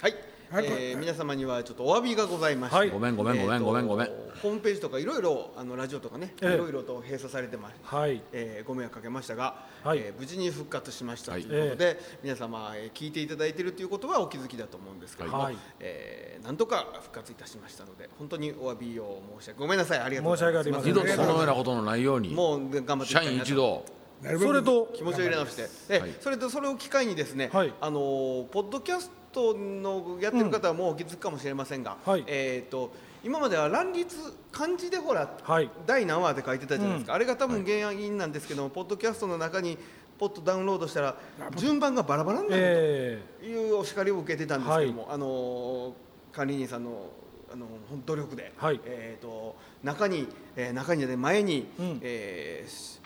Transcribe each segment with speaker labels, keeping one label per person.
Speaker 1: はい、えー皆様にはちょっとお詫びがございまして、
Speaker 2: はい
Speaker 3: ごめんごめんごめん
Speaker 1: えーと
Speaker 3: ごめんごめん
Speaker 1: ホームページとかいろいろあのラジオとかねい
Speaker 2: ええ
Speaker 1: ろいろと閉鎖されてます、
Speaker 2: はい
Speaker 1: えーご迷惑かけましたが、
Speaker 2: はい
Speaker 1: えー無事に復活しましたと
Speaker 3: はい
Speaker 1: いうことで、皆様、えー聞いていただいているということはお気づきだと思うんですけども、
Speaker 2: はい
Speaker 1: えーなんとか復活いたしましたので本当にお詫びを申し上げごめんなさいありがとうご
Speaker 2: 申し
Speaker 1: ざい
Speaker 2: 訳
Speaker 1: ま
Speaker 2: あ
Speaker 1: す
Speaker 2: りませ
Speaker 1: すい
Speaker 2: ん
Speaker 3: 二度とそ
Speaker 1: ません
Speaker 3: のようなことのないように
Speaker 1: もう頑張っていき
Speaker 3: 社
Speaker 1: たいなと
Speaker 3: 員一同
Speaker 4: なるべ
Speaker 2: それ
Speaker 4: く
Speaker 2: と
Speaker 1: 気持ちを入れ直して、え
Speaker 3: はい
Speaker 1: それとそれを機会にですね、
Speaker 2: はい
Speaker 1: あのーポッドキャストのやってる方はもうお気づきかもしれませんが、
Speaker 2: はい
Speaker 1: えっ、と今までは乱立漢字でほら、
Speaker 2: はい
Speaker 1: 第何話で書いてたじゃないですか、あれが多分原因なんですけども、ポッドキャストの中にポッとダウンロードしたら順番がバラバラになると。
Speaker 2: え
Speaker 1: いうお叱りを受けてたんですけども、あのー管理人さんのあのーほん努力で、
Speaker 2: はい
Speaker 1: えー、と中に、えー中にじゃない前に、
Speaker 2: うん
Speaker 1: えーし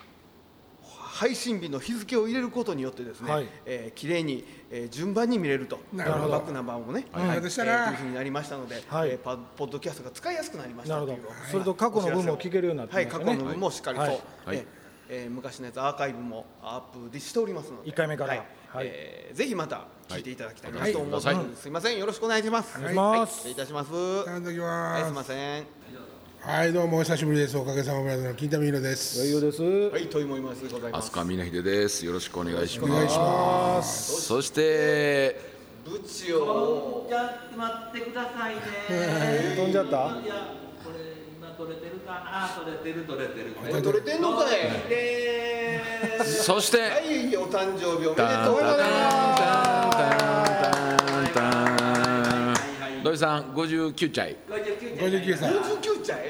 Speaker 1: 配信日の日付を入れることによってですね、
Speaker 2: はい
Speaker 1: えー綺麗に、えー順番に見れると
Speaker 4: なるほど
Speaker 1: バックナンバーもね、
Speaker 4: はい
Speaker 1: はい
Speaker 4: そうでしたな
Speaker 1: えーというふうになりましたので、
Speaker 2: はい
Speaker 1: えーパポッドキャストが使いやすくなりま
Speaker 2: ー
Speaker 1: した
Speaker 2: なる
Speaker 1: と
Speaker 2: ほ
Speaker 1: いう
Speaker 2: ど
Speaker 1: はい
Speaker 2: それと過去の分も聞けるようになって
Speaker 1: はい、
Speaker 2: ました
Speaker 1: 過
Speaker 2: ね
Speaker 1: 去の分もしっかりと、
Speaker 2: はい
Speaker 3: はい
Speaker 1: えーえー昔のやつアーカイブもアップでしておりますので
Speaker 2: 一回目から
Speaker 1: はい
Speaker 2: はい
Speaker 1: えーぜひまた聞いていただきたいなと思うので、
Speaker 3: はいはい
Speaker 1: すいませんよろしくお願いします
Speaker 2: お願いします
Speaker 1: はい、失礼いたしますはい
Speaker 4: 頼んでおき
Speaker 1: すい
Speaker 4: ま
Speaker 1: ますせん
Speaker 4: はいどうもお久しぶりですおかげさまブラザーの金田美宏です
Speaker 2: いいようです
Speaker 1: はい、といもいますございま
Speaker 3: 飛
Speaker 1: す
Speaker 3: 鳥峰秀ですよろしくお願いします
Speaker 4: お願いしま
Speaker 3: そして
Speaker 1: ブチを
Speaker 5: じゃあ待ってくださいね。
Speaker 2: 飛んじゃった
Speaker 5: いやこれ今取れてるかな。あ取れてる取れてる。
Speaker 1: 取れてんのかいね
Speaker 3: そして
Speaker 1: はい、お誕生日おめでとうござ
Speaker 3: タンタ
Speaker 1: い
Speaker 3: ン
Speaker 1: ます
Speaker 3: タンタンタンタン土井さん59歳
Speaker 5: 五十九
Speaker 4: 五十九
Speaker 1: 59
Speaker 4: 歳
Speaker 1: 歳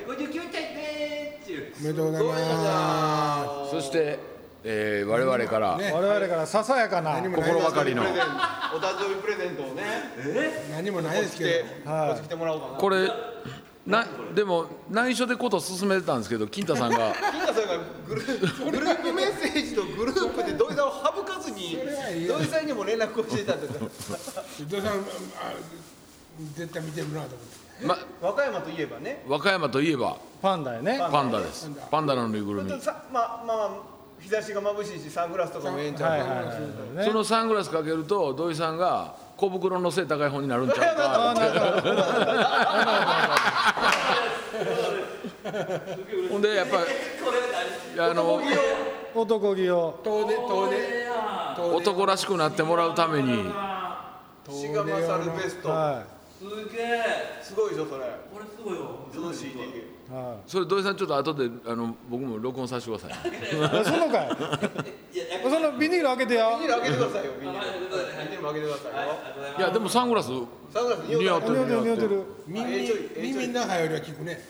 Speaker 5: 五十九歳でーっちゅう。
Speaker 4: おめでとうございます
Speaker 3: そして、えー、我々から、
Speaker 4: ね
Speaker 2: 我々からささやかな
Speaker 4: も
Speaker 3: 心ばかりの
Speaker 1: お誕生日プレゼントお誕生日プレゼントをね
Speaker 4: 何もな
Speaker 1: こ
Speaker 4: い
Speaker 1: っ
Speaker 4: で
Speaker 1: ち
Speaker 4: す
Speaker 1: 来
Speaker 4: け
Speaker 1: て
Speaker 4: ど
Speaker 2: はい
Speaker 1: こっち来てもらおうかな
Speaker 3: これなでも内緒でこと進めてたんですけど金太さんが
Speaker 1: 金田さんがグループグループメッセージとグループで土井さんを省かずに土井さんにも連絡をしてたんですよ
Speaker 4: 伊藤さんあ絶対見てるなと思って
Speaker 3: ま
Speaker 1: 和歌山といえばね
Speaker 3: 和歌山といえば
Speaker 2: パンダやね
Speaker 3: パンダですパンダのぬいぐるみ
Speaker 1: さまあまあ日差しが眩しいしサングラスとかもええんち
Speaker 2: はい
Speaker 1: ゃう
Speaker 2: はい
Speaker 1: かな
Speaker 2: はい
Speaker 3: そ
Speaker 2: ね
Speaker 3: のサングラスかけると土井さんが小袋の背高い方にな るんちゃうか
Speaker 2: あーなるほど
Speaker 3: ほんでやっぱりあの
Speaker 2: 男気を
Speaker 4: 遠出遠出
Speaker 3: 男らしくなってもらうために
Speaker 1: 志賀勝ベスト
Speaker 2: は
Speaker 5: すげえ。
Speaker 1: すごいでしょそれ
Speaker 5: これすごいよ。
Speaker 1: その CD
Speaker 2: いは
Speaker 3: それ土井さんちょっと後であの僕も録音させてください
Speaker 2: いそのかい
Speaker 5: いややっぱ
Speaker 2: そのビニール開けてよ
Speaker 1: ビニール開けてくださいよビニールビニール開けてくださいよ
Speaker 3: いやでもサングラス
Speaker 1: サングラス似
Speaker 3: 似
Speaker 1: 合
Speaker 3: 合
Speaker 1: う
Speaker 3: って
Speaker 2: 匂ってる匂っ
Speaker 3: る似合っててる
Speaker 2: る
Speaker 4: 耳
Speaker 1: ええちょいええちょい
Speaker 4: 耳の中よりは聞くね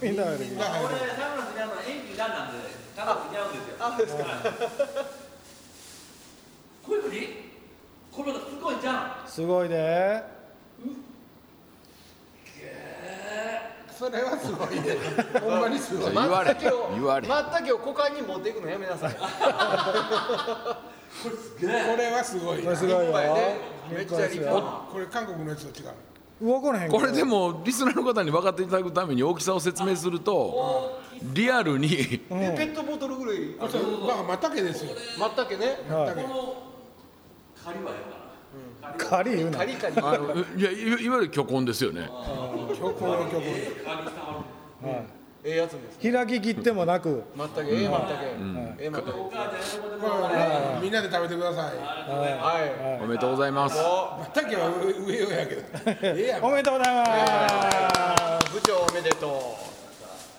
Speaker 2: みんなより
Speaker 4: 耳の中よ
Speaker 5: これサウナスにあるのは演技がなんでサウナスに合うんですよ。
Speaker 1: あそうですか
Speaker 5: こういうふうにこれまたすごいじゃん。
Speaker 2: すごいね
Speaker 4: りそれはすごいねほんまにすごい
Speaker 3: 言われ
Speaker 1: 松茸を
Speaker 3: 言われ
Speaker 1: 松茸を股間に持っていくのやめなさい
Speaker 5: これすげえ。
Speaker 4: これはすごい
Speaker 2: これ
Speaker 4: な
Speaker 2: すごいよ
Speaker 1: いっぱいねめっちゃ立
Speaker 2: 立
Speaker 1: 派
Speaker 4: これ韓国のやつと違う
Speaker 2: 分からへんけど
Speaker 3: これでもリスナーの方に分かっていただくために大きさを説明するとリアルに
Speaker 1: でペットボトルぐらい
Speaker 4: これだからまたけですよ
Speaker 1: 松茸ね
Speaker 2: はい
Speaker 5: この狩りはよかな。
Speaker 2: カリ言うな
Speaker 1: カリカリ
Speaker 3: あのいやいいわゆる虚婚ですよね
Speaker 4: 虚構の虚構
Speaker 1: ええやつです
Speaker 2: 開き切ってもなく
Speaker 1: 松茸ええ松茸ええ松茸
Speaker 4: これはねみんなで食べてください
Speaker 1: は
Speaker 3: おめでとうございます
Speaker 4: またけは上上よやけどええやん
Speaker 2: おめでとうございま
Speaker 1: い部長おめでと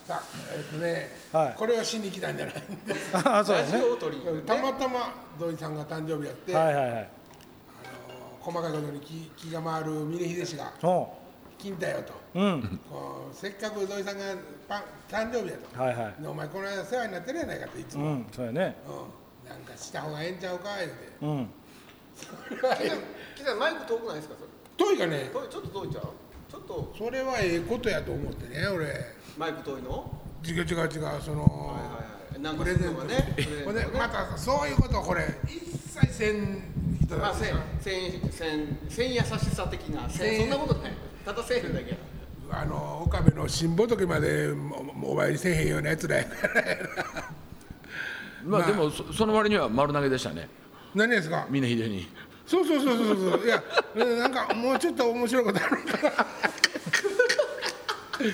Speaker 4: さえっとね
Speaker 2: はい
Speaker 4: これはしに来たんじゃない
Speaker 2: すあ
Speaker 1: う
Speaker 2: そう
Speaker 1: ラ
Speaker 2: だ
Speaker 1: ジ
Speaker 2: ね
Speaker 1: オを取りに
Speaker 4: たまたま土井さんが誕生日やって
Speaker 2: はいはいはい
Speaker 4: 細かいことに気気が回る峰秀氏が
Speaker 2: そ
Speaker 4: 金太よと
Speaker 2: ううん
Speaker 4: こうせっかく土井さんがパン誕生日やと、
Speaker 2: はいはい
Speaker 4: でお前この間世話になってるやないかといつ
Speaker 2: う
Speaker 4: も、うん
Speaker 2: んそうやね
Speaker 4: なんかした方がええんちゃうか言う
Speaker 2: うん
Speaker 4: て
Speaker 1: キさんマイク遠くないですかそれ
Speaker 4: といかね
Speaker 1: 遠いちょっと遠いちゃうちょっと
Speaker 4: それはええことやと思ってね俺
Speaker 1: マイク遠いの
Speaker 4: 違う違う違うその、
Speaker 1: いなんかするのがね
Speaker 4: プレゼントほんでまたそういうことこれ一切せん人
Speaker 1: ま
Speaker 4: だ
Speaker 1: あ
Speaker 4: し
Speaker 1: せんせんせんせん優しさ的なせんそ
Speaker 4: せん
Speaker 1: んなことないただせんだけ
Speaker 4: あの岡部の新仏までももうお参りせえへんようなやつだよ
Speaker 3: まあでもそその割には丸投げでしたね
Speaker 4: 何ですか
Speaker 3: 峰秀に
Speaker 4: そうそうそうそうそういやうんなんかもうちょっと面白いことあるから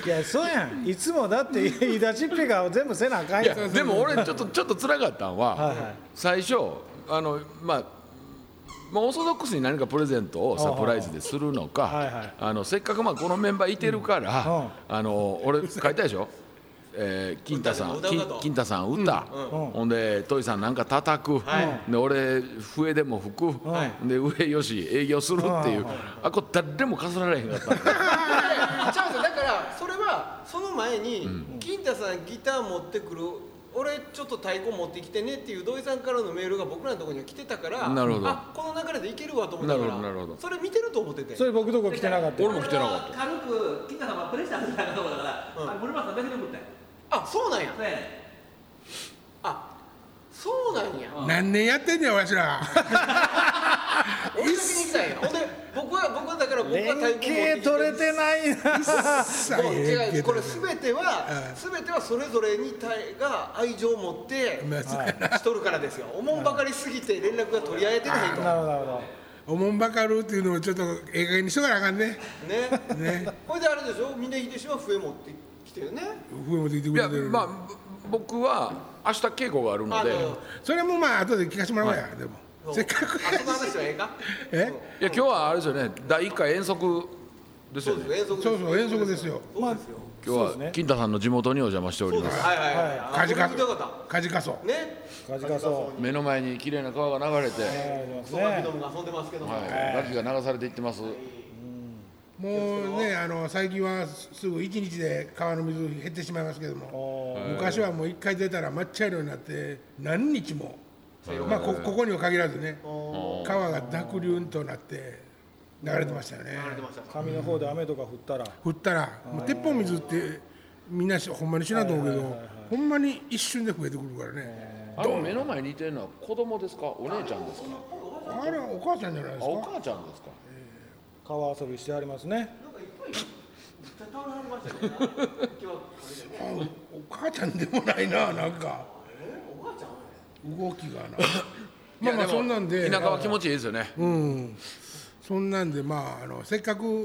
Speaker 2: いやそうやんいつもだって言い出しっぺが全部せなあかん
Speaker 3: い
Speaker 2: や
Speaker 3: や
Speaker 2: ん
Speaker 3: でも俺ちょっとちょ っと辛かったんは、
Speaker 2: はいはい
Speaker 3: 最初あのまあまあ、オーソドックスに何かプレゼントをサプライズでするのか、
Speaker 2: はいはい
Speaker 3: あのせっかくまあこのメンバーいてるから、
Speaker 2: うんうん
Speaker 3: あの俺書いたでしょ、 えー金太さん
Speaker 1: 歌う
Speaker 3: 金
Speaker 1: 歌う
Speaker 3: 金太さん歌、
Speaker 2: うん
Speaker 3: ほんでトイさんなんか叩く、
Speaker 1: はい
Speaker 3: で俺笛でも吹く、
Speaker 1: ん
Speaker 3: で上よし営業するっていう、
Speaker 2: うん
Speaker 3: あこれ誰もかすられへんかっ たん で
Speaker 1: チャンスだからそれはその前に金太さんギター持ってくる俺ちょっと太鼓持ってきてねっていう土井さんからのメールが僕らのところには来てたから
Speaker 3: なるほど
Speaker 1: あこの流れでいけるわと思ったから
Speaker 3: なるほどなるほど
Speaker 1: それ見てると思ってて
Speaker 2: それ僕とこ来てなかった
Speaker 3: 俺も来てなかっ
Speaker 5: 軽く金田さんはプレッシャーみたいなとこだから、
Speaker 1: うん
Speaker 5: あれ森松さんだけで送ったんや
Speaker 1: あそうなんや
Speaker 5: ね
Speaker 1: あそうなんや
Speaker 4: 何年やってんねんわしら
Speaker 1: 俺先に行きたいんやほんで僕は僕はだから僕は
Speaker 2: 連
Speaker 1: 太鼓持って
Speaker 2: 携
Speaker 1: き
Speaker 2: 取れてないな
Speaker 1: もう違うこれ全ては全てはそれぞれに対が愛情を持って
Speaker 4: まあそうやな
Speaker 1: しとるからですよおもんばかりすぎて連絡が取り合えてないと
Speaker 2: なるほどなるほど
Speaker 4: おもんばかるっていうのをちょっとええ加減にしとかなあかんね
Speaker 1: ね
Speaker 4: ね
Speaker 1: これであれでしょ峰秀氏は笛持ってきてるね
Speaker 4: 笛もついてく
Speaker 3: いや
Speaker 4: れてる
Speaker 3: まあぼ僕は明日稽古があるの
Speaker 1: あ
Speaker 3: で
Speaker 1: の
Speaker 4: それもまあ後で聞かせてもらおうや、でも
Speaker 1: そう
Speaker 4: せっかく
Speaker 1: あその話はええか
Speaker 4: え
Speaker 3: いや今日はあれですよね第1回遠足です
Speaker 1: そ
Speaker 3: よ
Speaker 1: う
Speaker 3: ね
Speaker 1: です遠足
Speaker 4: そうそう遠足ですよ
Speaker 1: そうですよ
Speaker 2: そ
Speaker 3: 今
Speaker 2: う
Speaker 3: 日
Speaker 2: です
Speaker 3: は
Speaker 2: ね
Speaker 3: 金太さんの地元にお邪魔してお
Speaker 1: そ
Speaker 3: り
Speaker 1: うで
Speaker 3: ますす
Speaker 1: はいはいはいあ
Speaker 4: カジカ
Speaker 1: 僕も見たかっ
Speaker 4: カジカソ
Speaker 1: たね
Speaker 2: カジカソ
Speaker 3: 目の前に綺麗な川が流れて、は
Speaker 2: あります
Speaker 1: そうか
Speaker 2: ね
Speaker 1: どもが遊んでますけども
Speaker 3: い、ガキが流されていってます
Speaker 4: もうねあの最近はすぐ1日で川の水減ってしまいますけども昔はもう1回出たら真っ茶色になって何日も、まあ、こここには限らずね川が濁流となって流れてましたよね
Speaker 1: 流れてました
Speaker 2: 上の方で雨とか降ったら
Speaker 4: 降ったらもう鉄砲水ってみんなしほんまに知らんと思うけど、ほんまに一瞬で増えてくるからね
Speaker 3: あの目の前にいてるのは子供ですかお姉ちゃんですか
Speaker 4: あれはお母さんじゃないで
Speaker 3: あ
Speaker 4: す
Speaker 3: お
Speaker 4: か
Speaker 3: 母ちゃんですか
Speaker 2: 川遊びしてありますね
Speaker 1: 絶対倒れはりましたけどな今日は
Speaker 4: あお母ちゃんでもないななんか動きがなまあまあ
Speaker 3: いやでも
Speaker 4: そんなんで
Speaker 3: 田舎は気持ちいいですよね、
Speaker 4: うんそんなんでまああのせっかくも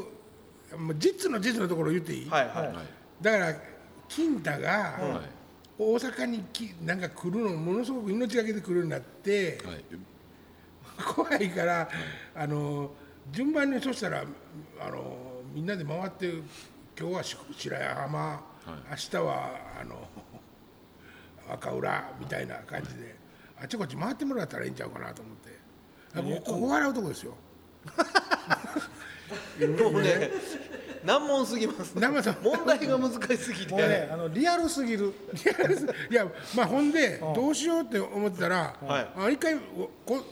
Speaker 4: う実の実のところ言っていい、
Speaker 1: はいはい
Speaker 3: はい
Speaker 4: だから金太が
Speaker 3: はい
Speaker 4: 大阪にきなんか来るのものすごく命がけで来るようになって、
Speaker 3: はい、
Speaker 4: 怖いから、あの順番にそしたらあのみんなで回って今日はし白山、明日はあの赤浦みたいな感じで、あちこち回ってもらったらいいんちゃうかなと思って。あもうここ笑うとこですよ。
Speaker 1: もうね難問すぎます
Speaker 4: 難問
Speaker 1: 問題が難しすぎて
Speaker 2: もうねあのリアルすぎる
Speaker 4: いやまあほんでどうしようって思ってたら、
Speaker 1: は
Speaker 4: あ一回おこ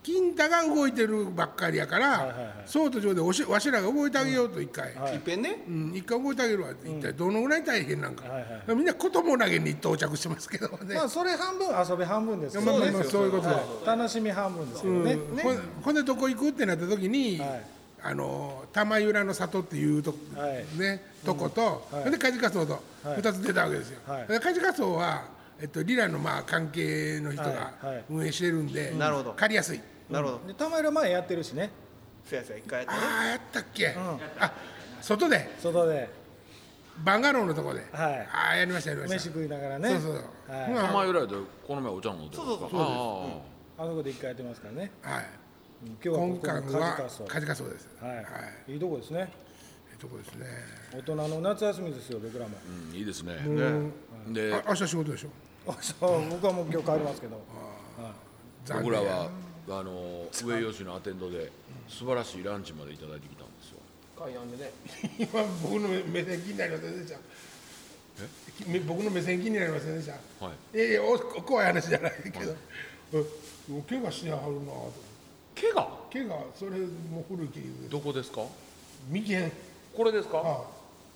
Speaker 4: 金太が動いてるばっかりやから、
Speaker 2: いはいはい
Speaker 4: そうと上でおしわしらが動いてあげようと一回。
Speaker 1: いっぺんね
Speaker 4: うん、一回覚えてあげるわって一体どのぐらい大変なんか、
Speaker 2: はいは
Speaker 4: みんなことも投げに到着してますけどね、
Speaker 2: まあそれ半分遊び半分ですけど
Speaker 4: まあまあ
Speaker 2: ね
Speaker 4: まあそういうことで、
Speaker 2: 楽しみ半分ですけどね
Speaker 4: うんほんほんでどこ行くってなった時に、
Speaker 2: はい
Speaker 4: あの玉浦の里っていうと,、
Speaker 2: はい
Speaker 4: ね、とこと、
Speaker 2: はい
Speaker 4: ほんで梶カツオと
Speaker 2: はい
Speaker 4: 2つ出たわけですよ、
Speaker 2: はい
Speaker 4: で梶カツオは、えっと、リラのまあ関係の人が
Speaker 2: はいはい
Speaker 4: 運営してるんで、
Speaker 1: なるほど
Speaker 4: 借りやすい
Speaker 1: なるほど
Speaker 2: で玉浦前やってるしね
Speaker 1: せやせや一回やっ
Speaker 4: あ
Speaker 1: たね
Speaker 4: あやったっけ、あ外で
Speaker 2: 外で
Speaker 4: バンガローのとこで、
Speaker 2: はい
Speaker 4: ああやりましたやりました
Speaker 2: 飯食いながらね
Speaker 4: そうそうそう
Speaker 2: はい
Speaker 4: まあ
Speaker 3: 前ぐらいでこの前お茶飲んでるんですか
Speaker 1: そうそうそう
Speaker 3: あ
Speaker 2: あそこで一回やってますからね
Speaker 4: はい
Speaker 2: うん今日はこ
Speaker 4: 今
Speaker 2: この
Speaker 4: 回
Speaker 2: カジ
Speaker 4: は
Speaker 2: カソ
Speaker 4: カジカソです。
Speaker 2: は
Speaker 4: はい。
Speaker 2: いいいとこですね
Speaker 4: えっとこですね。
Speaker 2: 大人の夏休みですよ僕らも
Speaker 3: あ、うん、いいですね
Speaker 1: ね
Speaker 3: で
Speaker 4: あ明日仕事でしょ。
Speaker 2: あ そう僕はもう今日帰りますけど
Speaker 4: 残
Speaker 3: 僕
Speaker 4: 念
Speaker 3: らはあの上吉のアテンドで素晴らしいランチまでいただいてきたんですよ
Speaker 1: 会員でね
Speaker 4: 今僕の目線気になりませんでした。え？僕の目線気になりませんでした。
Speaker 3: はい
Speaker 4: いやいやお怖い話じゃないけど、うん怪我しなはるなと。
Speaker 3: 怪我
Speaker 4: 怪我それも古いきりで。
Speaker 3: どこですか
Speaker 4: 右辺。
Speaker 3: これですか、
Speaker 4: あ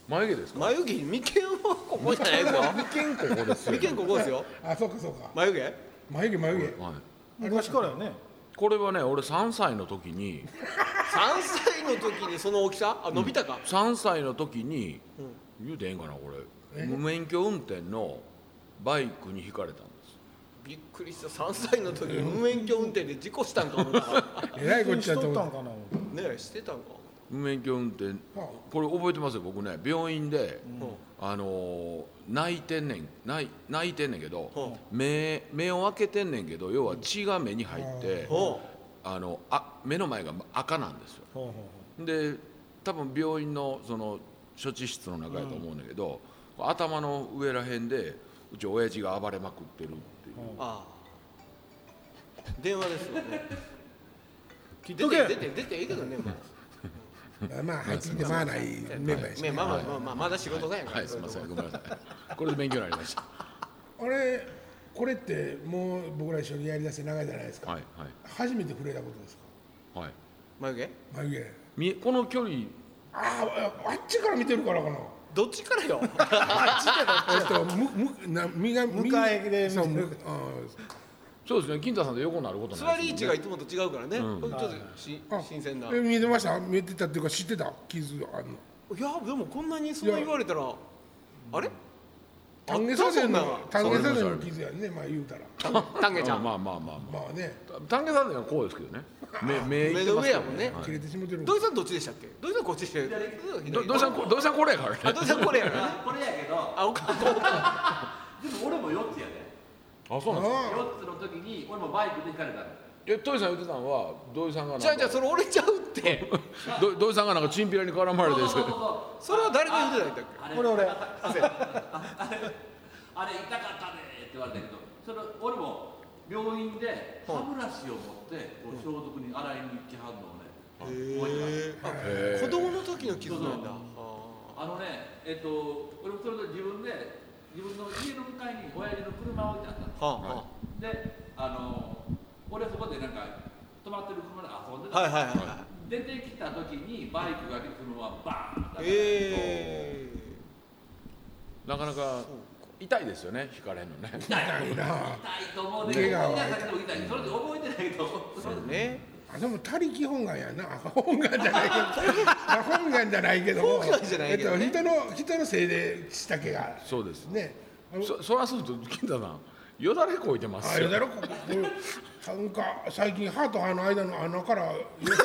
Speaker 3: 眉毛ですか
Speaker 1: 眉毛眉毛はここじゃないですよ
Speaker 3: 眉毛ここですよ
Speaker 1: 眉毛ここですよ
Speaker 4: あそうかそうか。
Speaker 1: 眉毛
Speaker 4: 眉毛眉毛。
Speaker 3: はい
Speaker 2: 昔からよね
Speaker 3: これはね俺3歳の時に
Speaker 1: 三歳の時にその大きさあ伸びたか
Speaker 3: 3歳の時に、言うてええんかなこれ無免許運転のバイクにひかれたんです
Speaker 1: びっくりした3歳の時無免許運転で事故したんかもな
Speaker 4: えらいこっち
Speaker 2: し
Speaker 4: ゃ
Speaker 2: と
Speaker 4: と
Speaker 2: った
Speaker 4: 思
Speaker 2: ん
Speaker 4: う
Speaker 2: かな
Speaker 1: ねえしてたんか
Speaker 3: 無免許運転これ覚えてますよ僕ね病院で、あのー泣いてんねん泣い泣いてんねんけど、
Speaker 1: ほ
Speaker 3: 目目を開けてんねんけど要は血が目に入って、
Speaker 1: ほ
Speaker 3: あのあ目の前が赤なんですよ
Speaker 2: ほうほう
Speaker 3: で多分病院のその処置室の中やと思うんだけど、頭の上らへんでうち親父が暴れまくってるっていう、
Speaker 1: ああ電話ですわね
Speaker 2: 切っ
Speaker 1: 出
Speaker 2: と
Speaker 1: て出
Speaker 2: け
Speaker 1: て出ていいけどねまあ
Speaker 4: まあはっきり言ってまあないメンバーやし
Speaker 1: ね
Speaker 4: ね
Speaker 1: まあまあまあまあまだ仕事なんやから、
Speaker 3: はいすいませんごめんなさいこれで勉強になりました
Speaker 4: 俺これってもう僕ら一緒にやりだして長いじゃないですか
Speaker 3: はいは
Speaker 4: 初めて触れたことですか
Speaker 3: いはい
Speaker 1: 眉毛
Speaker 4: 眉毛
Speaker 3: 見えこの距離
Speaker 4: あああっちから見てるからかな
Speaker 1: どっちからよ
Speaker 4: えっとむむなみがみ
Speaker 2: 向かいで見てる
Speaker 4: そうむあ
Speaker 3: そうですね金太さんと横になること
Speaker 1: 座
Speaker 3: ない
Speaker 1: り位
Speaker 3: です
Speaker 1: 置がいつもと違うからね、
Speaker 3: うん
Speaker 1: これちょっとし
Speaker 4: ーあ
Speaker 1: 新鮮な
Speaker 4: え
Speaker 1: い
Speaker 4: 見えてました見えてたっていうか知ってた傷あんの
Speaker 1: やでもこんなにそう言われたらあれ
Speaker 4: 丹下左遷
Speaker 1: あ
Speaker 4: の
Speaker 1: った
Speaker 4: 丹下左遷
Speaker 3: そ
Speaker 4: の
Speaker 3: うです
Speaker 4: 傷やねまあ言うたら
Speaker 1: そんなんたんげちゃ
Speaker 3: うん
Speaker 1: ん
Speaker 3: まあまあまあま
Speaker 4: まあね
Speaker 3: あ丹下さんのはこうですけどね目目いってますけ
Speaker 1: 目の上
Speaker 3: ど
Speaker 1: やもんね
Speaker 3: はい
Speaker 4: 切れてしもてる
Speaker 1: 土井さんどっちでしたっけ土井さんこっちでしたよ
Speaker 3: どどうしたんこどうしたんこれやからね
Speaker 1: あ土井さんこれやな
Speaker 5: あこれやけど
Speaker 1: あおかんと
Speaker 5: でも俺も4つやで
Speaker 3: あそうなんですか
Speaker 4: あ
Speaker 5: 4つの時に俺もバイクで行かれたの
Speaker 3: え土井さん言ってたのは土井さんがなん
Speaker 1: じゃ
Speaker 3: か
Speaker 1: あじゃあそれ俺ちゃうって
Speaker 3: ど土井さんがなんかチンピラに絡まれて
Speaker 5: そうそうそうそ
Speaker 1: そ
Speaker 5: う
Speaker 1: れは誰が言うてたんだっ
Speaker 5: あ
Speaker 2: これ
Speaker 5: れ
Speaker 2: 俺
Speaker 5: あれ痛かったねって言われたけどそれ俺も病院で歯ブラシを持ってこう消毒に洗いに行きはんのをね覚えてま
Speaker 1: け子
Speaker 5: す
Speaker 1: 供の時の傷なんだ
Speaker 5: そう
Speaker 1: あ
Speaker 5: あのね、えっと、俺もそれで自分で、自分の家の向かいに親父の車を置いてあったの
Speaker 1: ーはあは
Speaker 5: で、あの、俺そこでなんか、止まってる車で遊んで
Speaker 1: あ
Speaker 5: た。
Speaker 1: はいはいはいはい
Speaker 5: 出てきた時に、バイクが来て、車はバーンって。
Speaker 1: え
Speaker 3: なかなか痛いですよね引かれるのね
Speaker 5: 痛い。
Speaker 4: いいなあ
Speaker 5: 痛いと思うね。
Speaker 4: 怪我は
Speaker 5: 思い出したけど痛い。それで覚えてないけど。
Speaker 1: ーね
Speaker 4: あでも他力本願やな本願じゃないけどあ本願じゃないけども
Speaker 1: 本願じゃないけどね
Speaker 4: えっと、人の人のせいでしたけが
Speaker 3: そうです
Speaker 4: ねあの
Speaker 3: そそらすると金太さんよだれこいてま
Speaker 4: あ
Speaker 3: す
Speaker 4: よ
Speaker 3: よ
Speaker 4: だろこここなんか最近歯と歯の間の穴からよだ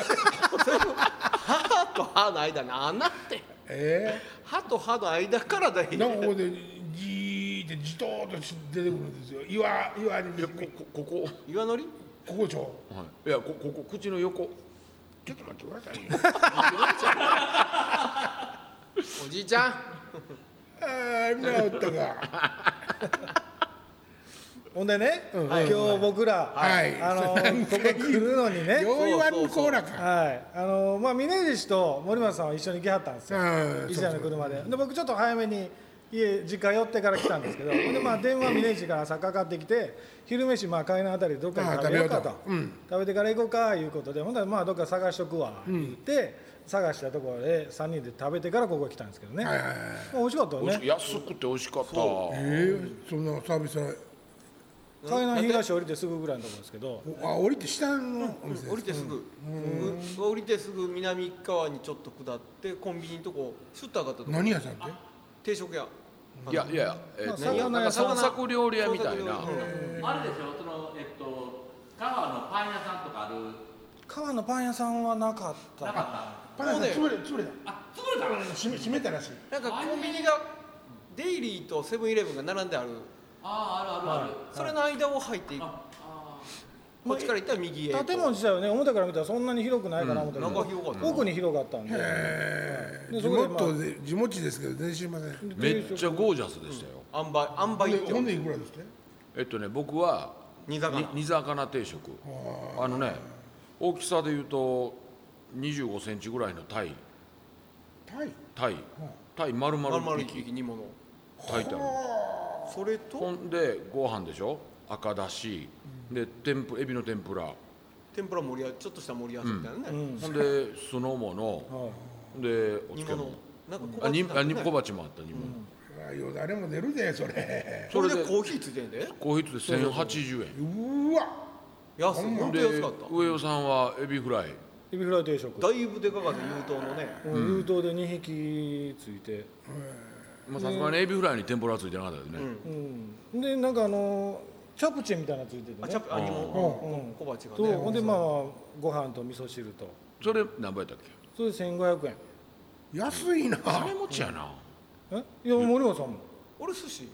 Speaker 1: 歯と歯の間に穴って
Speaker 4: え
Speaker 1: 歯と歯の間からだよ
Speaker 4: えなんかここでじーってじとーっとし出てくるんですよ岩岩に
Speaker 3: いやここここ
Speaker 1: 岩のり
Speaker 4: ここでしょ
Speaker 3: はいいやこここ口の横
Speaker 4: ちょっと待ってくださいね
Speaker 1: おじいちゃん
Speaker 4: ああみんなおった か
Speaker 2: ほんでね、
Speaker 4: はい
Speaker 2: 今日僕ら、
Speaker 4: はい
Speaker 2: あ の
Speaker 4: はい
Speaker 2: ここ来るのにね、
Speaker 4: よう言わんこうらか
Speaker 2: はい、あのまあ峯岸と森松さんは一緒に来はったんですよ、
Speaker 4: うん
Speaker 2: 一台の車で、で僕ちょっと早めに家実家寄ってから来たんですけど、ほんでまあ電話峯岸から朝かかってきて、昼飯まあ海南あたりでどっか
Speaker 4: ああ
Speaker 2: に食べようかと、
Speaker 4: 食べようとうん
Speaker 2: 食べてから行こうかいうことで、ほんならまあどっか探しとくわ、言って探したところで三人で食べてからここに来たんですけどね、
Speaker 4: はいはいはい
Speaker 2: もう美味しかったよ
Speaker 3: 美味し
Speaker 2: ね。
Speaker 3: 安くて美味しかった
Speaker 4: ええそんなサービスは
Speaker 2: 海南東降りてすぐぐらいのところですけど、
Speaker 4: おあ降りて下のお店です
Speaker 1: 降りてすぐう降りてすぐ南側にちょっと下ってコンビニのとこシュッと上がったとこ
Speaker 4: 何屋さんって
Speaker 1: 定食屋
Speaker 3: いやいやえっと
Speaker 2: まあ
Speaker 3: なんか散策料理屋みたいな
Speaker 5: あれでしょ、その、えっと、川のパン屋さんとかある。
Speaker 2: 川のパン屋さんはなかった
Speaker 5: なかっ
Speaker 4: パン屋さん潰れ潰れた
Speaker 5: た。あ、潰れた。
Speaker 4: 閉め閉めたらしい
Speaker 1: なんかコンビニがデイリーとセブンイレブンが並んである
Speaker 5: ああ、あるあるある。
Speaker 1: それの間を入っていく
Speaker 5: ああ
Speaker 1: こっちから行ったら右へ行こう
Speaker 2: 建物自体はね表から見たらそんなに広くないかな思ったけど、
Speaker 1: うん中広かったな
Speaker 2: 奥に広かったんで
Speaker 4: ええ
Speaker 2: で
Speaker 4: 地
Speaker 2: そこでまあ
Speaker 4: 元で地持ちですけど全然知りません
Speaker 3: めっちゃゴージャスでしたよ
Speaker 1: あんばいあんばいっ
Speaker 4: で
Speaker 1: て
Speaker 4: ほんでいくらですって
Speaker 3: えっとね僕は
Speaker 1: 煮魚
Speaker 3: に煮魚定食あのね大きさで言うと2 5センチぐらいのタイ
Speaker 4: タイ
Speaker 3: タイタイ丸
Speaker 1: 丸
Speaker 3: 々
Speaker 1: 々
Speaker 3: 一
Speaker 1: 一匹
Speaker 3: 匹
Speaker 1: 煮物
Speaker 3: 炊いてある
Speaker 1: それ
Speaker 3: ほ
Speaker 1: と
Speaker 3: んでご飯でしょ赤だしで天ぷエビの天ぷら
Speaker 1: 天ぷら盛り合わせちょっとした盛り合わせみたいなね
Speaker 3: ほんで酢の物
Speaker 2: はい
Speaker 3: でお
Speaker 1: 煮
Speaker 3: 漬
Speaker 1: 物
Speaker 3: 物
Speaker 1: なんか
Speaker 3: あに
Speaker 1: 小
Speaker 3: あに
Speaker 1: 鉢
Speaker 3: 小
Speaker 1: だね
Speaker 3: 鉢もあった煮物
Speaker 4: あよだれも出るでそれ
Speaker 1: それ
Speaker 3: そ
Speaker 1: で
Speaker 3: れで
Speaker 1: コーヒーついてんで
Speaker 3: コーヒーで1080円
Speaker 4: うーわ
Speaker 1: 安い
Speaker 4: ほ
Speaker 1: 本
Speaker 4: ん
Speaker 1: 当
Speaker 3: で
Speaker 1: 安かった
Speaker 3: 上尾さんはエビフライ
Speaker 2: エビフライ定食
Speaker 1: だいぶでかかった優等のね
Speaker 2: うん優等で2匹ついて、
Speaker 3: まあさすがにエビフライに天ぷらはついてなかったですね、
Speaker 2: うん、でなんかあのーチャプチェみたいなのついてて
Speaker 1: あ
Speaker 2: ね
Speaker 1: チャプあに
Speaker 2: うん
Speaker 1: も
Speaker 2: うん
Speaker 1: 小鉢が
Speaker 2: そうほんでまあ
Speaker 1: ね
Speaker 2: ご飯と味噌汁と
Speaker 3: それ何倍やったっけ
Speaker 2: それで1500円
Speaker 4: 安いな
Speaker 3: 金持ちやな、
Speaker 2: えいや森本さんも
Speaker 1: 俺寿司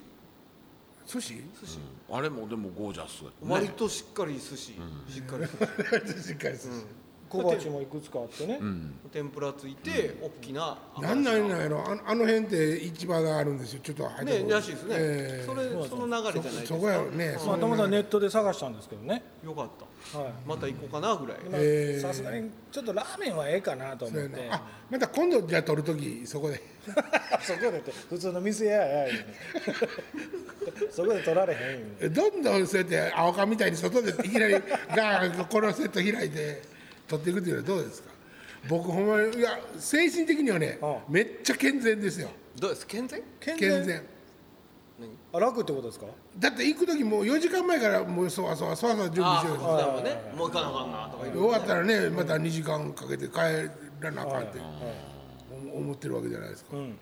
Speaker 4: 寿 司
Speaker 1: 寿司
Speaker 3: あれもでもゴージャス、
Speaker 1: 割
Speaker 3: ね
Speaker 1: としっかり寿司しっかり寿司
Speaker 4: しっかり寿司
Speaker 2: 小鉢もいくつかあってね、
Speaker 3: うん、
Speaker 1: 天ぷらついて大きな
Speaker 4: なんなんなんやろあのあの辺って市場があるんですよちょっと入って
Speaker 1: ね
Speaker 4: こ
Speaker 1: らしいですね、
Speaker 4: ええ
Speaker 1: それその流れじゃないです
Speaker 4: そ
Speaker 1: か
Speaker 4: こやろね
Speaker 2: まあ、たまたまネ
Speaker 4: ね
Speaker 2: ットで探したんですけどね、
Speaker 1: よかった
Speaker 2: はい
Speaker 1: また行こうかなぐらい、
Speaker 2: ま
Speaker 4: えー
Speaker 2: あさすがにちょっとラーメンはええかなと思って
Speaker 4: あまた今度じゃあ撮る時そこで
Speaker 2: そこでって普通の店やや言うてそこで取られへん言うて
Speaker 4: どんどんそうやって青缶みたいに外でい きなりガーンこのセット開いて撮っていくっていうのはどうですか僕ほんまにいや精神的にはね
Speaker 2: ああ
Speaker 4: めっちゃ健全ですよ
Speaker 1: どうです健全
Speaker 2: 健全
Speaker 4: 健全
Speaker 2: あ楽ってことですか
Speaker 4: だって行く時もう4時間前からもうそわそわそわそわ準備
Speaker 1: あ
Speaker 4: し
Speaker 1: あ
Speaker 4: て
Speaker 1: そ
Speaker 4: る
Speaker 1: うん
Speaker 4: で
Speaker 1: だもんねもう行かなあかんなとかい
Speaker 4: す
Speaker 1: ろ
Speaker 4: よ
Speaker 1: い
Speaker 4: 終わ
Speaker 1: ろ
Speaker 4: ったらねまた2時間かけて帰らなあかんって思思ってるわけじゃないですか
Speaker 2: うん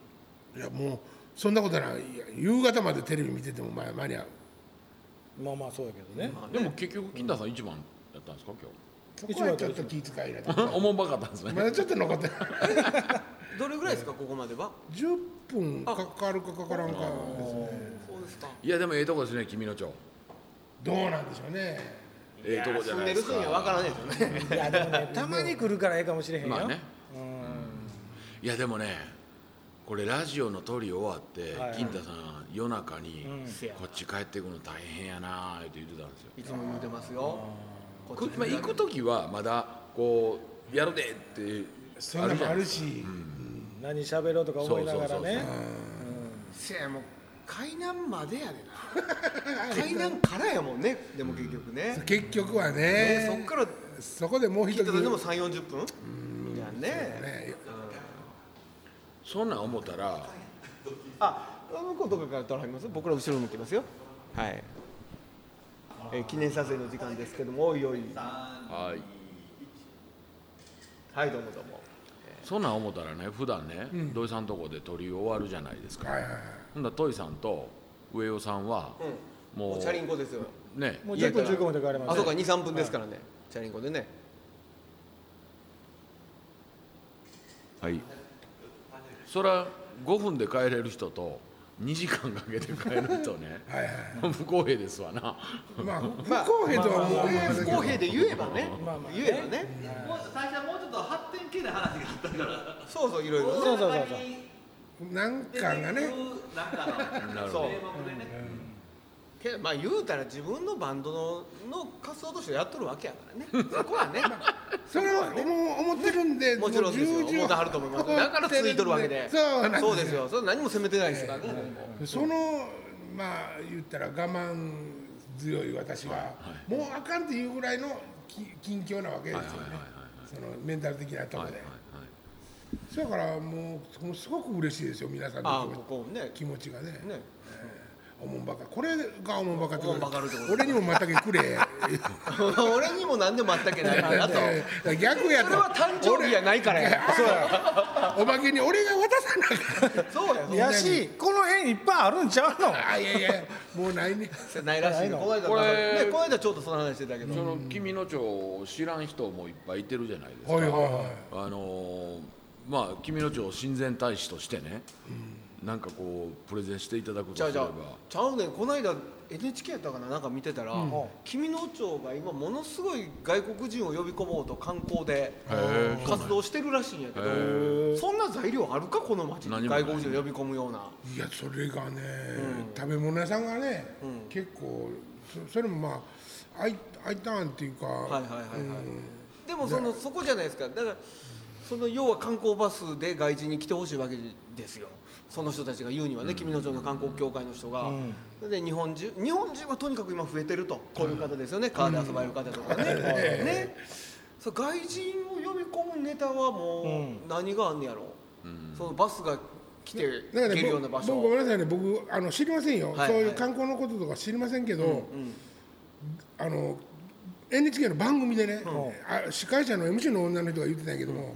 Speaker 4: いやもうそんなことないいや夕方までテレビ見ててもまあ間に合う
Speaker 2: まあまあそうやけどね、
Speaker 3: でも結局金田さん一番やったんですか
Speaker 4: そこはちょっと気遣いなと
Speaker 3: 今日 おもんばかったんですね
Speaker 4: まだちょっと残ってる
Speaker 1: どれぐらいですかここまでは
Speaker 4: 10分かかるかかからんかですね
Speaker 1: そうですか
Speaker 3: いやでもええとこですね君の町
Speaker 4: どうなんでしょうね
Speaker 3: ええとこじゃ
Speaker 1: 住
Speaker 3: なんい
Speaker 1: で
Speaker 3: で
Speaker 1: る
Speaker 3: す
Speaker 1: 人には
Speaker 3: か
Speaker 1: 分からないですよね
Speaker 2: いやでもね たまに来るからええかもしれへんよ、
Speaker 3: まあね
Speaker 2: うん
Speaker 3: いやでもねこれラジオの撮り終わって、
Speaker 2: はいはい
Speaker 3: 金太さん夜中に、
Speaker 1: せや
Speaker 3: こっち帰ってくの大変やなーって言ってたんですよ
Speaker 1: いつも言うてますよこ
Speaker 3: こまあ、行く時はまだこうやるでって
Speaker 4: そんなもあるし
Speaker 2: 何喋ろうとか思いながら
Speaker 3: そうそうそ
Speaker 2: ね
Speaker 3: う
Speaker 1: せやもう海南までやでな 海南からやもんねでも結局ね
Speaker 4: 結局は
Speaker 1: ねそっ
Speaker 4: ね
Speaker 1: から
Speaker 4: そこでもう
Speaker 1: 聞
Speaker 4: 一
Speaker 1: いた時でも
Speaker 4: つ
Speaker 1: 3 4 0分じゃあね
Speaker 4: ね
Speaker 3: そんなん思ったら
Speaker 1: あ向こうとかから取られます僕ら後ろ向きますよはい、えー記念撮影の時間ですけどもおいおい
Speaker 3: はい
Speaker 1: はいどうもどうも
Speaker 3: そんなん思ったらね普段ね、土井さんとこで撮り終わるじゃないですか、
Speaker 4: はいはいはい
Speaker 3: ほんだら土井さんと上尾さんは、も
Speaker 1: もうチャリンコですよ
Speaker 3: うね
Speaker 2: もう10分15分で帰れます
Speaker 1: あそうか23分ですからね、チャリンコでね
Speaker 3: はいそら5分で帰れる人と2時間かけて帰る人ね
Speaker 4: はいは
Speaker 3: 不公平ですわな
Speaker 4: いまあ不公平とはもう
Speaker 1: えー不公平で言えばね
Speaker 2: まあまあ
Speaker 1: 言えばね
Speaker 5: もう最初はもうちょっと発展系な話があったから
Speaker 1: そうそういろいろ
Speaker 2: そうそうそうそう
Speaker 5: 大阪に
Speaker 4: なん
Speaker 5: 出てくる
Speaker 4: かがね
Speaker 5: なんか
Speaker 3: なる
Speaker 5: の
Speaker 3: ほど
Speaker 5: 名目でね
Speaker 1: けどまあ言うたら自分のバンドのの活動としてやっとるわけやからねそこはね
Speaker 4: それを思思ってるんで
Speaker 1: もちろんですよ
Speaker 4: もう重
Speaker 1: 思
Speaker 4: 々
Speaker 1: ってはると思いますだからついとるわけで
Speaker 4: そうなんです
Speaker 1: そ
Speaker 4: よ
Speaker 1: うですよそれ何も責めてないですからね、
Speaker 4: そのまあ言ったら我慢強い私は、もうあかんっていうぐらいのき近況なわけですよね、そのメンタル的なところで、そやからもうもうすごく嬉しいですよ皆さん
Speaker 1: ああ
Speaker 4: の
Speaker 1: ここね
Speaker 4: 気持ち気持ちがね
Speaker 1: ね
Speaker 4: おもんばかこれがおもんばかってこ
Speaker 1: おもんばかるってこと
Speaker 4: と俺にもまたけく れ
Speaker 1: 俺にも何でもあったけないなと
Speaker 4: 逆や
Speaker 1: それは誕生日やないからや
Speaker 4: そうやおまけに俺が渡さなあかん
Speaker 1: そうやそう
Speaker 2: やしこの辺いっぱいあるんちゃうの
Speaker 4: あいやいやもうないね
Speaker 1: ないらしいのこの間
Speaker 3: これ
Speaker 1: ねこの間ちょっとその話してたけど
Speaker 3: その君の町を知らん人もいっぱいいてるじゃないですか、
Speaker 4: はいはいはい
Speaker 3: あのーまあ君の町親善大使としてね、なんかこうプレゼンしていただくとす
Speaker 1: じゃあ
Speaker 3: れ
Speaker 1: じゃ
Speaker 3: ば
Speaker 1: あちゃうねんこの間 NHK やったかななんか見てたら、君の町が今ものすごい外国人を呼び込もうと観光で
Speaker 3: ー
Speaker 1: 活動してるらしいんやけどそんな材料あるかこの町
Speaker 3: 何
Speaker 1: に
Speaker 3: もない
Speaker 1: 外国人を呼び込むようない
Speaker 4: やそれがね、食べ物屋さんがね、結構そそれもまあアイアイターンっていうか、
Speaker 1: はいはいはいはいでもそのそこじゃないですかだからその要は観光バスで外人に来てほしいわけですよその人たちが言うにはね、君の町の観光協会の人が、で日本中日本人はとにかく今増えてるとこういう方ですよね、川で遊ばれる方とかね,、ねそう外人を呼び込むネタはもう何があんねやろ、そのバスが来て
Speaker 4: だから
Speaker 1: 行ける
Speaker 4: ね
Speaker 1: よう
Speaker 4: 僕
Speaker 1: な場
Speaker 4: 僕ごめ
Speaker 1: 所
Speaker 4: んなさいね僕あの知りませんよ、
Speaker 1: はいはい
Speaker 4: そういう観光のこととか知りませんけど、あの NHK の番組でね、あ司会者の MC の女の人が言ってたんやけども、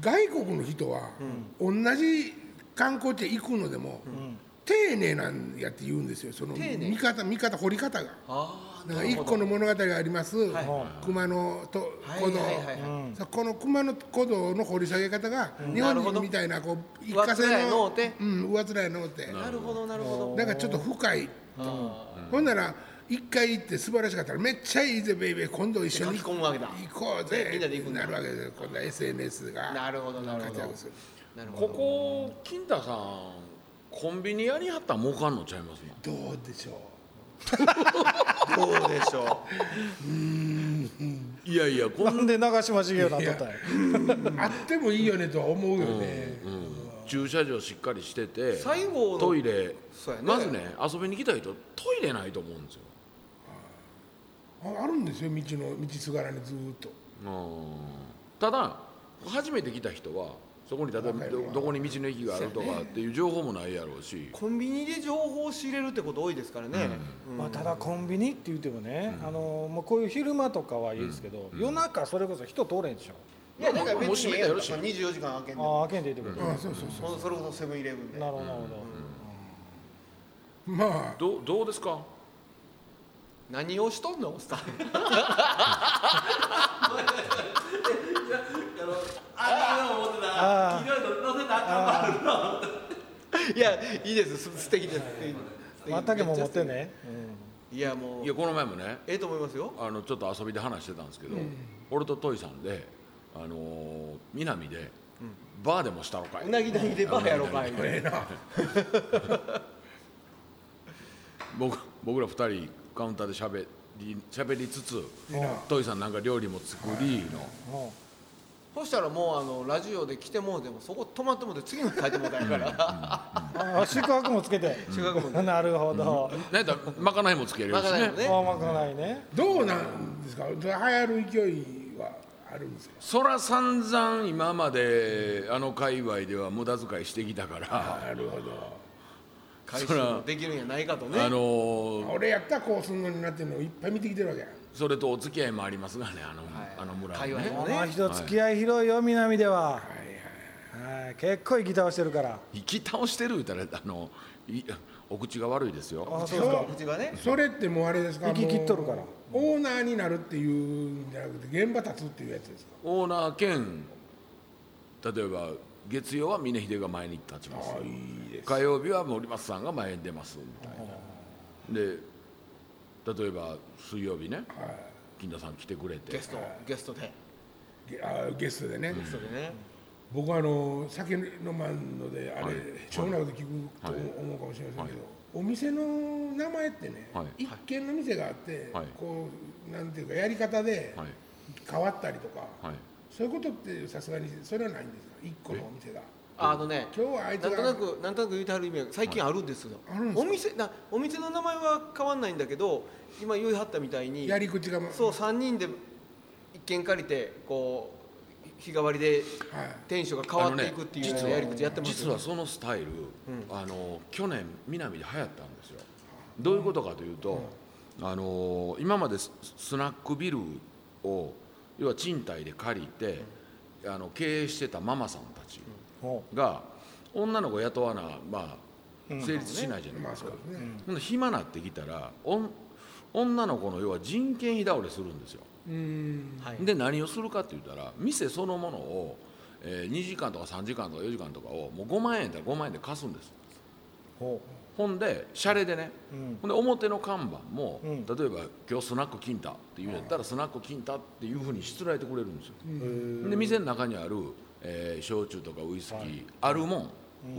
Speaker 4: 外国の人は、同じ観光地行くのでも、丁寧なんやって言うんですよその
Speaker 1: 丁寧
Speaker 4: 見方見方掘り方が。
Speaker 1: ああ
Speaker 4: なんか一個の物語があります、
Speaker 1: は
Speaker 4: 熊のと
Speaker 1: はい
Speaker 4: 古道、
Speaker 1: はいはいはい
Speaker 4: さこの熊の古道の掘り下げ方が日
Speaker 1: なるほ
Speaker 4: 本
Speaker 1: ど
Speaker 4: 人みたいなこう一過
Speaker 1: 上っ面
Speaker 4: 性の
Speaker 1: やのうて
Speaker 4: うん、上っ面やのうて
Speaker 1: なるほどなるほど
Speaker 4: なんかちょっと深い
Speaker 1: あ
Speaker 4: ほんなら一回行って素晴らしかったらめっちゃいいぜベイベー今度一緒に
Speaker 1: 書き込むわけだ
Speaker 4: 行こう
Speaker 1: ね
Speaker 4: ぜ
Speaker 1: みんなで行くんだ
Speaker 4: なるわけです今度は SNS
Speaker 1: ー
Speaker 4: が
Speaker 1: なるほどなるほ
Speaker 4: 活
Speaker 1: ど
Speaker 4: 躍する
Speaker 1: なるほ
Speaker 3: こ
Speaker 1: ど
Speaker 3: こ金太さんコンビニやりはったら儲かんのちゃいます
Speaker 4: どうでしょ
Speaker 1: どうでしょ
Speaker 3: いやいやこ
Speaker 2: なんんで長嶋茂雄なっとったんや
Speaker 4: うあってもいいよねとは思うよね、
Speaker 3: 駐車場しっかりしてて
Speaker 1: 最後の
Speaker 3: トイレ
Speaker 1: そうやね
Speaker 3: まずね遊びに来た人トイレないと思うんですよ
Speaker 4: ああるんですよ道の道すがらにずーっと
Speaker 3: うんただ初めて来た人はそこに例えばどどこに道の駅があるとかっていう情報もないやろうし
Speaker 1: コンビニで情報を仕入れるってこと多いですからね、うん
Speaker 2: まあ、ただコンビニって言ってもね、あのまあ、こういう昼間とかはいいですけど、夜中それこそ人通れんでしょ、
Speaker 1: いやだから
Speaker 3: もう
Speaker 1: 別
Speaker 3: 閉
Speaker 1: に
Speaker 3: め
Speaker 1: ええや
Speaker 3: たらよ
Speaker 1: ん
Speaker 3: ろしい
Speaker 1: その24時間開けんで
Speaker 2: あ
Speaker 1: も
Speaker 2: あ開けんでいいってこと、
Speaker 4: あそうそうそう
Speaker 1: そのそれこそセブンイレブンで
Speaker 2: なるほどなるほど、
Speaker 4: まあ
Speaker 3: どうどうですか
Speaker 1: 何をしとんのおっさん
Speaker 5: あのあれを思ってた
Speaker 2: あー
Speaker 5: いろいろ載せたらあかんわ
Speaker 1: いやいいですす素敵です素敵素敵
Speaker 2: またけも持ってね、
Speaker 1: いやもう
Speaker 3: いやこの前もね
Speaker 1: ええと思いますよ
Speaker 3: あのちょっと遊びで話してたんですけど、俺とトイさんで、あのー南でバーでもしたのかい、
Speaker 1: うなぎ谷でバーやろうかい
Speaker 4: ええな
Speaker 3: 僕僕ら二人カウンターでしゃべりしりつつ、トイさんなんか料理も作りの、
Speaker 2: うんうん
Speaker 1: そしたらもうあのラジオで来てもうでもそこ泊まってもうて次の日帰ってもうたんやから
Speaker 2: ああ宿泊もつけて
Speaker 1: 宿泊も
Speaker 2: なるほど、
Speaker 3: なんかまかないもつける
Speaker 1: ま
Speaker 3: し
Speaker 1: か ないの
Speaker 3: ね
Speaker 1: ね
Speaker 2: ああまかないね
Speaker 4: どうなんですか流行る勢いはあるんですか
Speaker 3: そら散々今まであの界隈では無駄遣いしてきたから、
Speaker 4: なるほど
Speaker 1: 回収もできるんやないかとね
Speaker 3: あのー
Speaker 4: 俺やったらこうすんのになってるのをいっぱい見てきてるわけや
Speaker 3: それとお付き合いもありますがねあの,、
Speaker 1: はい
Speaker 3: あの村は
Speaker 1: 界隈
Speaker 3: ね
Speaker 1: も
Speaker 2: まあ
Speaker 1: ね
Speaker 2: 人付き合い広いよ南では、はい、結構行き倒してるから
Speaker 3: 行き倒してる言うたらあのいお口が悪いですよ
Speaker 2: ああそうですか
Speaker 4: そう
Speaker 1: ちがね
Speaker 4: それってもうあれですか
Speaker 2: 行き切っとるから
Speaker 4: もうオーナーになるっていうんじゃなくて現場立つっていうやつですか
Speaker 3: オーナー兼例えば月曜は峰秀が前に立ちます
Speaker 4: いいで
Speaker 3: 火曜日は森松さんが前に出ますみたいなで例えば水曜日ね金田さん来てくれて
Speaker 1: ゲストゲストで
Speaker 4: ゲあゲストでね、
Speaker 1: ゲストでね
Speaker 4: 僕はあの酒飲まんのであれ長男で聞くと思うかもしれませんけど、お店の名前ってね、
Speaker 3: はい
Speaker 4: 一軒の店があって、
Speaker 3: はい
Speaker 4: こうなんていうかやり方で
Speaker 3: はい
Speaker 4: 変わったりとか、
Speaker 3: はい
Speaker 4: そういうことってさすがにそれはないんですか一個のお店が
Speaker 1: あのね
Speaker 4: 今日はあいつ
Speaker 1: なんと
Speaker 4: が
Speaker 1: なくなんとなく言うてはる意味は最近あるんですよ、
Speaker 4: あるんです
Speaker 1: お店なお店の名前は変わんないんだけど今言いはったみたいに
Speaker 4: やり口がま
Speaker 1: そう3人で一軒借りてこう日替わりで
Speaker 4: はい
Speaker 1: 店主が変わっていくっていうようなやり口やってます
Speaker 3: 実
Speaker 1: よ
Speaker 3: はそのスタイル、あの去年南で流行ったんですよどういうことかというと、あの今までススナックビルを要は賃貸で借りて、あの経営してたママさんたち
Speaker 2: ほ
Speaker 3: が女の子雇わな、まあ、成立しないじゃない
Speaker 4: ま
Speaker 3: で
Speaker 4: あ
Speaker 3: す
Speaker 4: そ
Speaker 3: か
Speaker 4: う、ですね
Speaker 3: ほんで暇なってきたらおん女の子の要は人件費倒れするんですよ
Speaker 4: うん
Speaker 1: はい
Speaker 3: で何をするかって言ったら店そのものを、えー2時間とか3時間とか4時間とかをもう5万円だ5万円で貸すんです
Speaker 2: うほ
Speaker 3: ほんでシャレでね、
Speaker 2: ん
Speaker 3: ほんで表の看板も、
Speaker 2: うん
Speaker 3: 例えば「今日スナック金太」って言うんやったら、スナック金太っていうふうにしつらえてくれるんですよ、で店の中にある、えー焼酎とかウイスキー、あるもん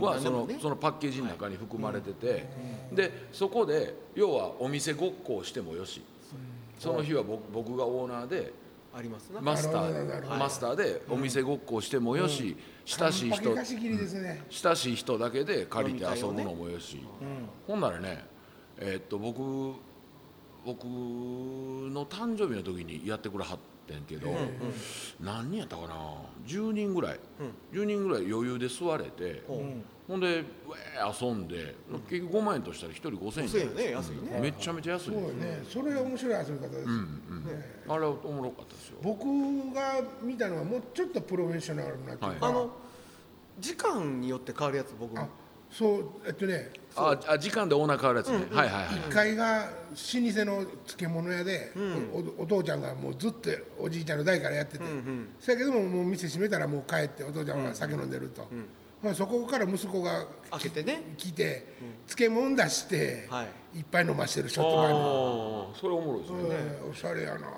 Speaker 3: は、
Speaker 1: うん何
Speaker 3: その
Speaker 1: でもね
Speaker 3: そのパッケージの中に含まれてて、でそこで要はお店ごっこをしてもよし、その日は僕僕がオーナーで
Speaker 1: ありますな、
Speaker 3: マスタ
Speaker 4: なるほどなる
Speaker 3: ー
Speaker 4: ほど
Speaker 3: マスターでお店ごっこをしてもよし、親しい
Speaker 4: 完
Speaker 3: 人
Speaker 4: 璧貸し切りですね、
Speaker 3: 親しい人だけで借りて遊
Speaker 1: 飲み会
Speaker 3: ぶ
Speaker 1: をね
Speaker 3: のもよし、ほんならねえーっと僕僕の誕生日の時にやってくれはってんけど、何人やったかな10人ぐらい、10人ぐらい余裕で座れて、
Speaker 1: う
Speaker 3: ほんでウェー遊んで結局5万円としたら1人5000円
Speaker 1: そうやね安いね、
Speaker 3: めっちゃめちゃ安い、
Speaker 4: そうねそれは面白い遊び方です、
Speaker 3: あれはおもろかったですよ
Speaker 4: 僕が見たのはもうちょっとプロフェッショナルなっていうか、
Speaker 1: あの時間によって変わるやつ僕
Speaker 4: あそうえっとね
Speaker 3: ああ時間でオーナー変わるやつね、はいはいはい
Speaker 4: 1階が老舗の漬物屋で、おお父ちゃんがもうずっとおじいちゃんの代からやってて、そやけどももう店閉めたらもう帰ってお父ちゃんが酒飲んでると、まあ、そこから息子が
Speaker 1: 開けてね
Speaker 4: 来て漬物出して、、
Speaker 1: はい
Speaker 4: っぱい飲ましてるショット
Speaker 3: あ
Speaker 4: ガンの
Speaker 3: ーそれおもろいですね、
Speaker 4: うんおしゃれやな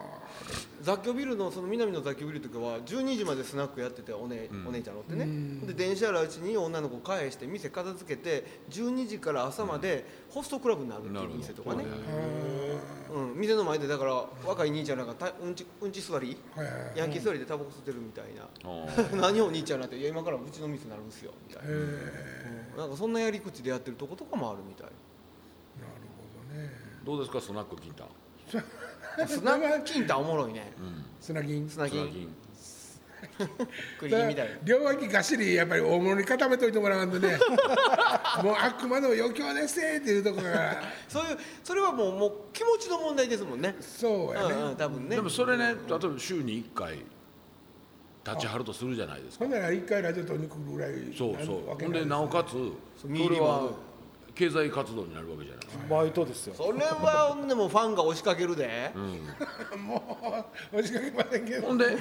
Speaker 1: 雑居ビルのその南の雑居ビルとかは12時までスナックやっててお,、ねお姉ちゃん乗ってねで電車やらうちに女の子返して店片付けて12時から朝までホストクラブになるって
Speaker 3: なる
Speaker 1: いう
Speaker 3: ほど
Speaker 1: 店とかね
Speaker 3: はいはい、
Speaker 1: うん、店の前でだから若い兄ちゃんらがたうんちうんち座り
Speaker 4: はいはい
Speaker 1: ヤンキー座りでタバコ吸ってるみたいな
Speaker 3: あー
Speaker 1: 何お兄ちゃんなんて「いや今からうちの店になるんすよ」みたいな、うんなんかそんなやり口でやってるとことかもあるみたい
Speaker 3: どうですかスナック銀太
Speaker 1: スナックキンタおもろいね、
Speaker 4: 砂金
Speaker 1: スナ
Speaker 3: スナ
Speaker 1: キン
Speaker 3: 銀
Speaker 1: クリーンみたいな
Speaker 4: 両脇がっしりやっぱり大物に固めといてもらわんとね もうあくまでも余興ですっていうところが
Speaker 1: そういうそれはもうもう気持ちの問題ですもんね
Speaker 4: そうやね、
Speaker 1: うんうん、多分ね
Speaker 3: でもそれね例えば週に1回立ち張るとするじゃないですか
Speaker 4: ほんなら一回ラジオとに来るぐらい
Speaker 3: そう
Speaker 4: な
Speaker 3: そう
Speaker 4: わけ
Speaker 3: ほん
Speaker 4: ない
Speaker 3: でなおかつそ
Speaker 1: 身入り
Speaker 3: れ
Speaker 1: も
Speaker 3: は経済活動になるわけじゃない
Speaker 2: バイトですよ
Speaker 1: それはでもファンが押しかけるで、
Speaker 4: もう押しかけませんけど
Speaker 3: ほんでも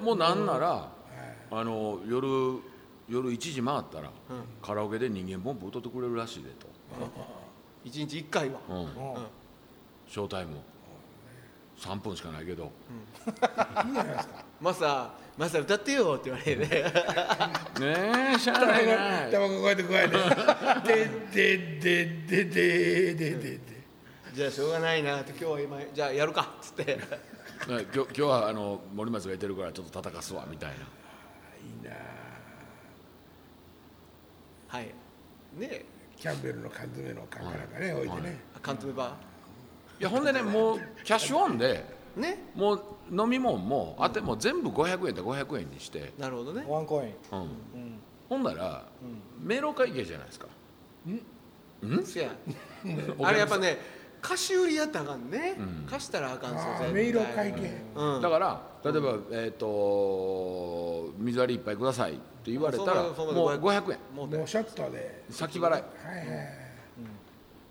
Speaker 3: うもうなんなら、あの夜夜1時回ったら、カラオケで人間ポンプ歌ってくれるらしいでと、
Speaker 1: 一1日1回は、
Speaker 3: うん
Speaker 2: ん
Speaker 3: ショータイム3分しかないけど、
Speaker 1: マサマサ歌ってよって言われて、ね、
Speaker 3: ねえしゃあないな
Speaker 4: タバコこうやってこう やって「でででででででで
Speaker 1: じゃあしょうがないなって今日は今じゃあやるかっつって
Speaker 3: はい今日今日はあの森松がいてるからちょっと叩かすわみたいな
Speaker 1: はいねえ
Speaker 4: キャンベルの缶詰の缶かなんかね置いてね
Speaker 1: カントメバ
Speaker 3: いやほんでねもうキャッシュオンで
Speaker 1: ーね
Speaker 3: もう飲み物もあても全部500円だ500円にして、
Speaker 1: なるほどね
Speaker 2: ワンコイン
Speaker 3: うんほんなら、迷路会計じゃないですか
Speaker 1: せやあれやっぱね貸し売りやったらあかんね、貸したらあかん
Speaker 4: あ
Speaker 1: そ
Speaker 4: あ
Speaker 1: う
Speaker 4: 迷路会計
Speaker 1: うん
Speaker 3: だから例えば、えっ、と水割り一杯くださいって言われたら
Speaker 1: うんそうだそうだ
Speaker 3: もう500円
Speaker 1: もう
Speaker 4: も
Speaker 1: ね
Speaker 4: うシャッターで
Speaker 3: 先払い
Speaker 4: はいはいはい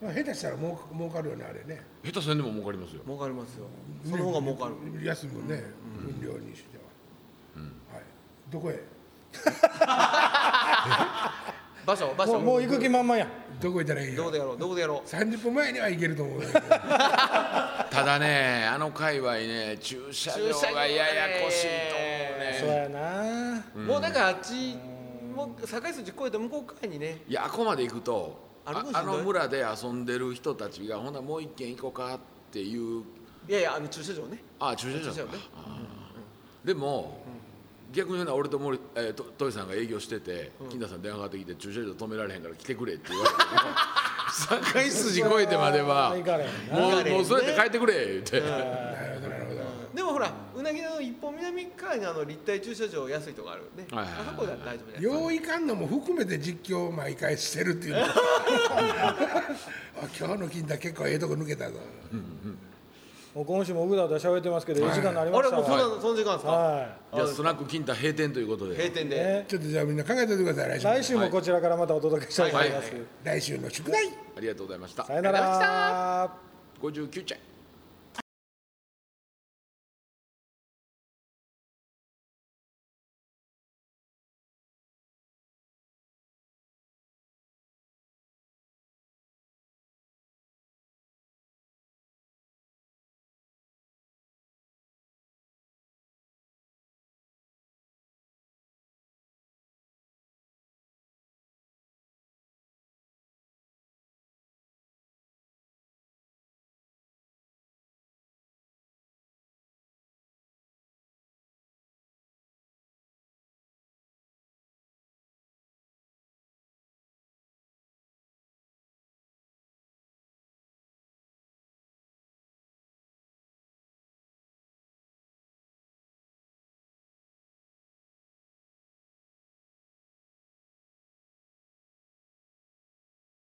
Speaker 4: まあ下手したら儲か儲かるよねあれね
Speaker 3: 下手せんでも儲かりますよ
Speaker 1: 儲かりますよその方が儲かる、
Speaker 4: 安いもんね分量にしてははいどこへ
Speaker 1: 場所場
Speaker 2: も
Speaker 1: 所
Speaker 2: うもう行く気満々やん
Speaker 4: どこ行ったらいい
Speaker 1: どこ
Speaker 4: よ
Speaker 1: でやろうどこでやろう
Speaker 4: 30分前には行けると思うよ
Speaker 3: ただねあの界隈ね駐車
Speaker 1: 駐車場
Speaker 3: 場が
Speaker 1: が
Speaker 3: ややこしい
Speaker 2: そうやな
Speaker 1: もうだからあっちもう境筋越えて向こう側にね
Speaker 3: いやあこまで行くと
Speaker 1: 歩
Speaker 3: あ
Speaker 1: くのしんどい
Speaker 3: あの村で遊んでる人たちがほんならもう一軒行こうかっていう
Speaker 1: いやいやあの駐車場ね
Speaker 3: あ駐車
Speaker 1: 駐
Speaker 3: 場
Speaker 1: 車
Speaker 3: か
Speaker 1: 場ね
Speaker 3: あーでも、逆に言うなら俺と森、えー、とトイさんが営業してて、金田さん電話がかかってきて駐車場止められへんから来てくれって言われて境筋越えてま では
Speaker 2: 行かれへんな
Speaker 3: も
Speaker 1: 行かれへ
Speaker 3: う
Speaker 1: んね
Speaker 3: もうそうやって帰ってくれって、
Speaker 4: なるほどなるほど
Speaker 1: でもほらうなぎの一本南側にあの立体駐車場安いとこあるよね
Speaker 3: はいはいはい
Speaker 1: あそこだったら大丈夫じゃない
Speaker 4: よういかんのも含めて実況を毎回してるっ ていうのあ今日の金太結構ええとこ抜けたぞ
Speaker 2: もう今週もぐだぐだ喋ってますけど、いい時間になりま
Speaker 1: あれ
Speaker 2: した
Speaker 1: もうそん
Speaker 2: わ
Speaker 1: なその時間ですか
Speaker 2: は
Speaker 3: じゃあスナック金太閉店ということで
Speaker 1: 閉店
Speaker 2: い、
Speaker 1: で
Speaker 2: ね、
Speaker 4: ちょっとじゃあみんな考えておいてください来週も
Speaker 2: 来週もこちらからまたお届けしたいと思います、
Speaker 1: はい
Speaker 4: 来週の宿題
Speaker 3: ありがとうございました
Speaker 2: さよな
Speaker 1: ありがとうござい
Speaker 2: ら
Speaker 3: 59ちゃい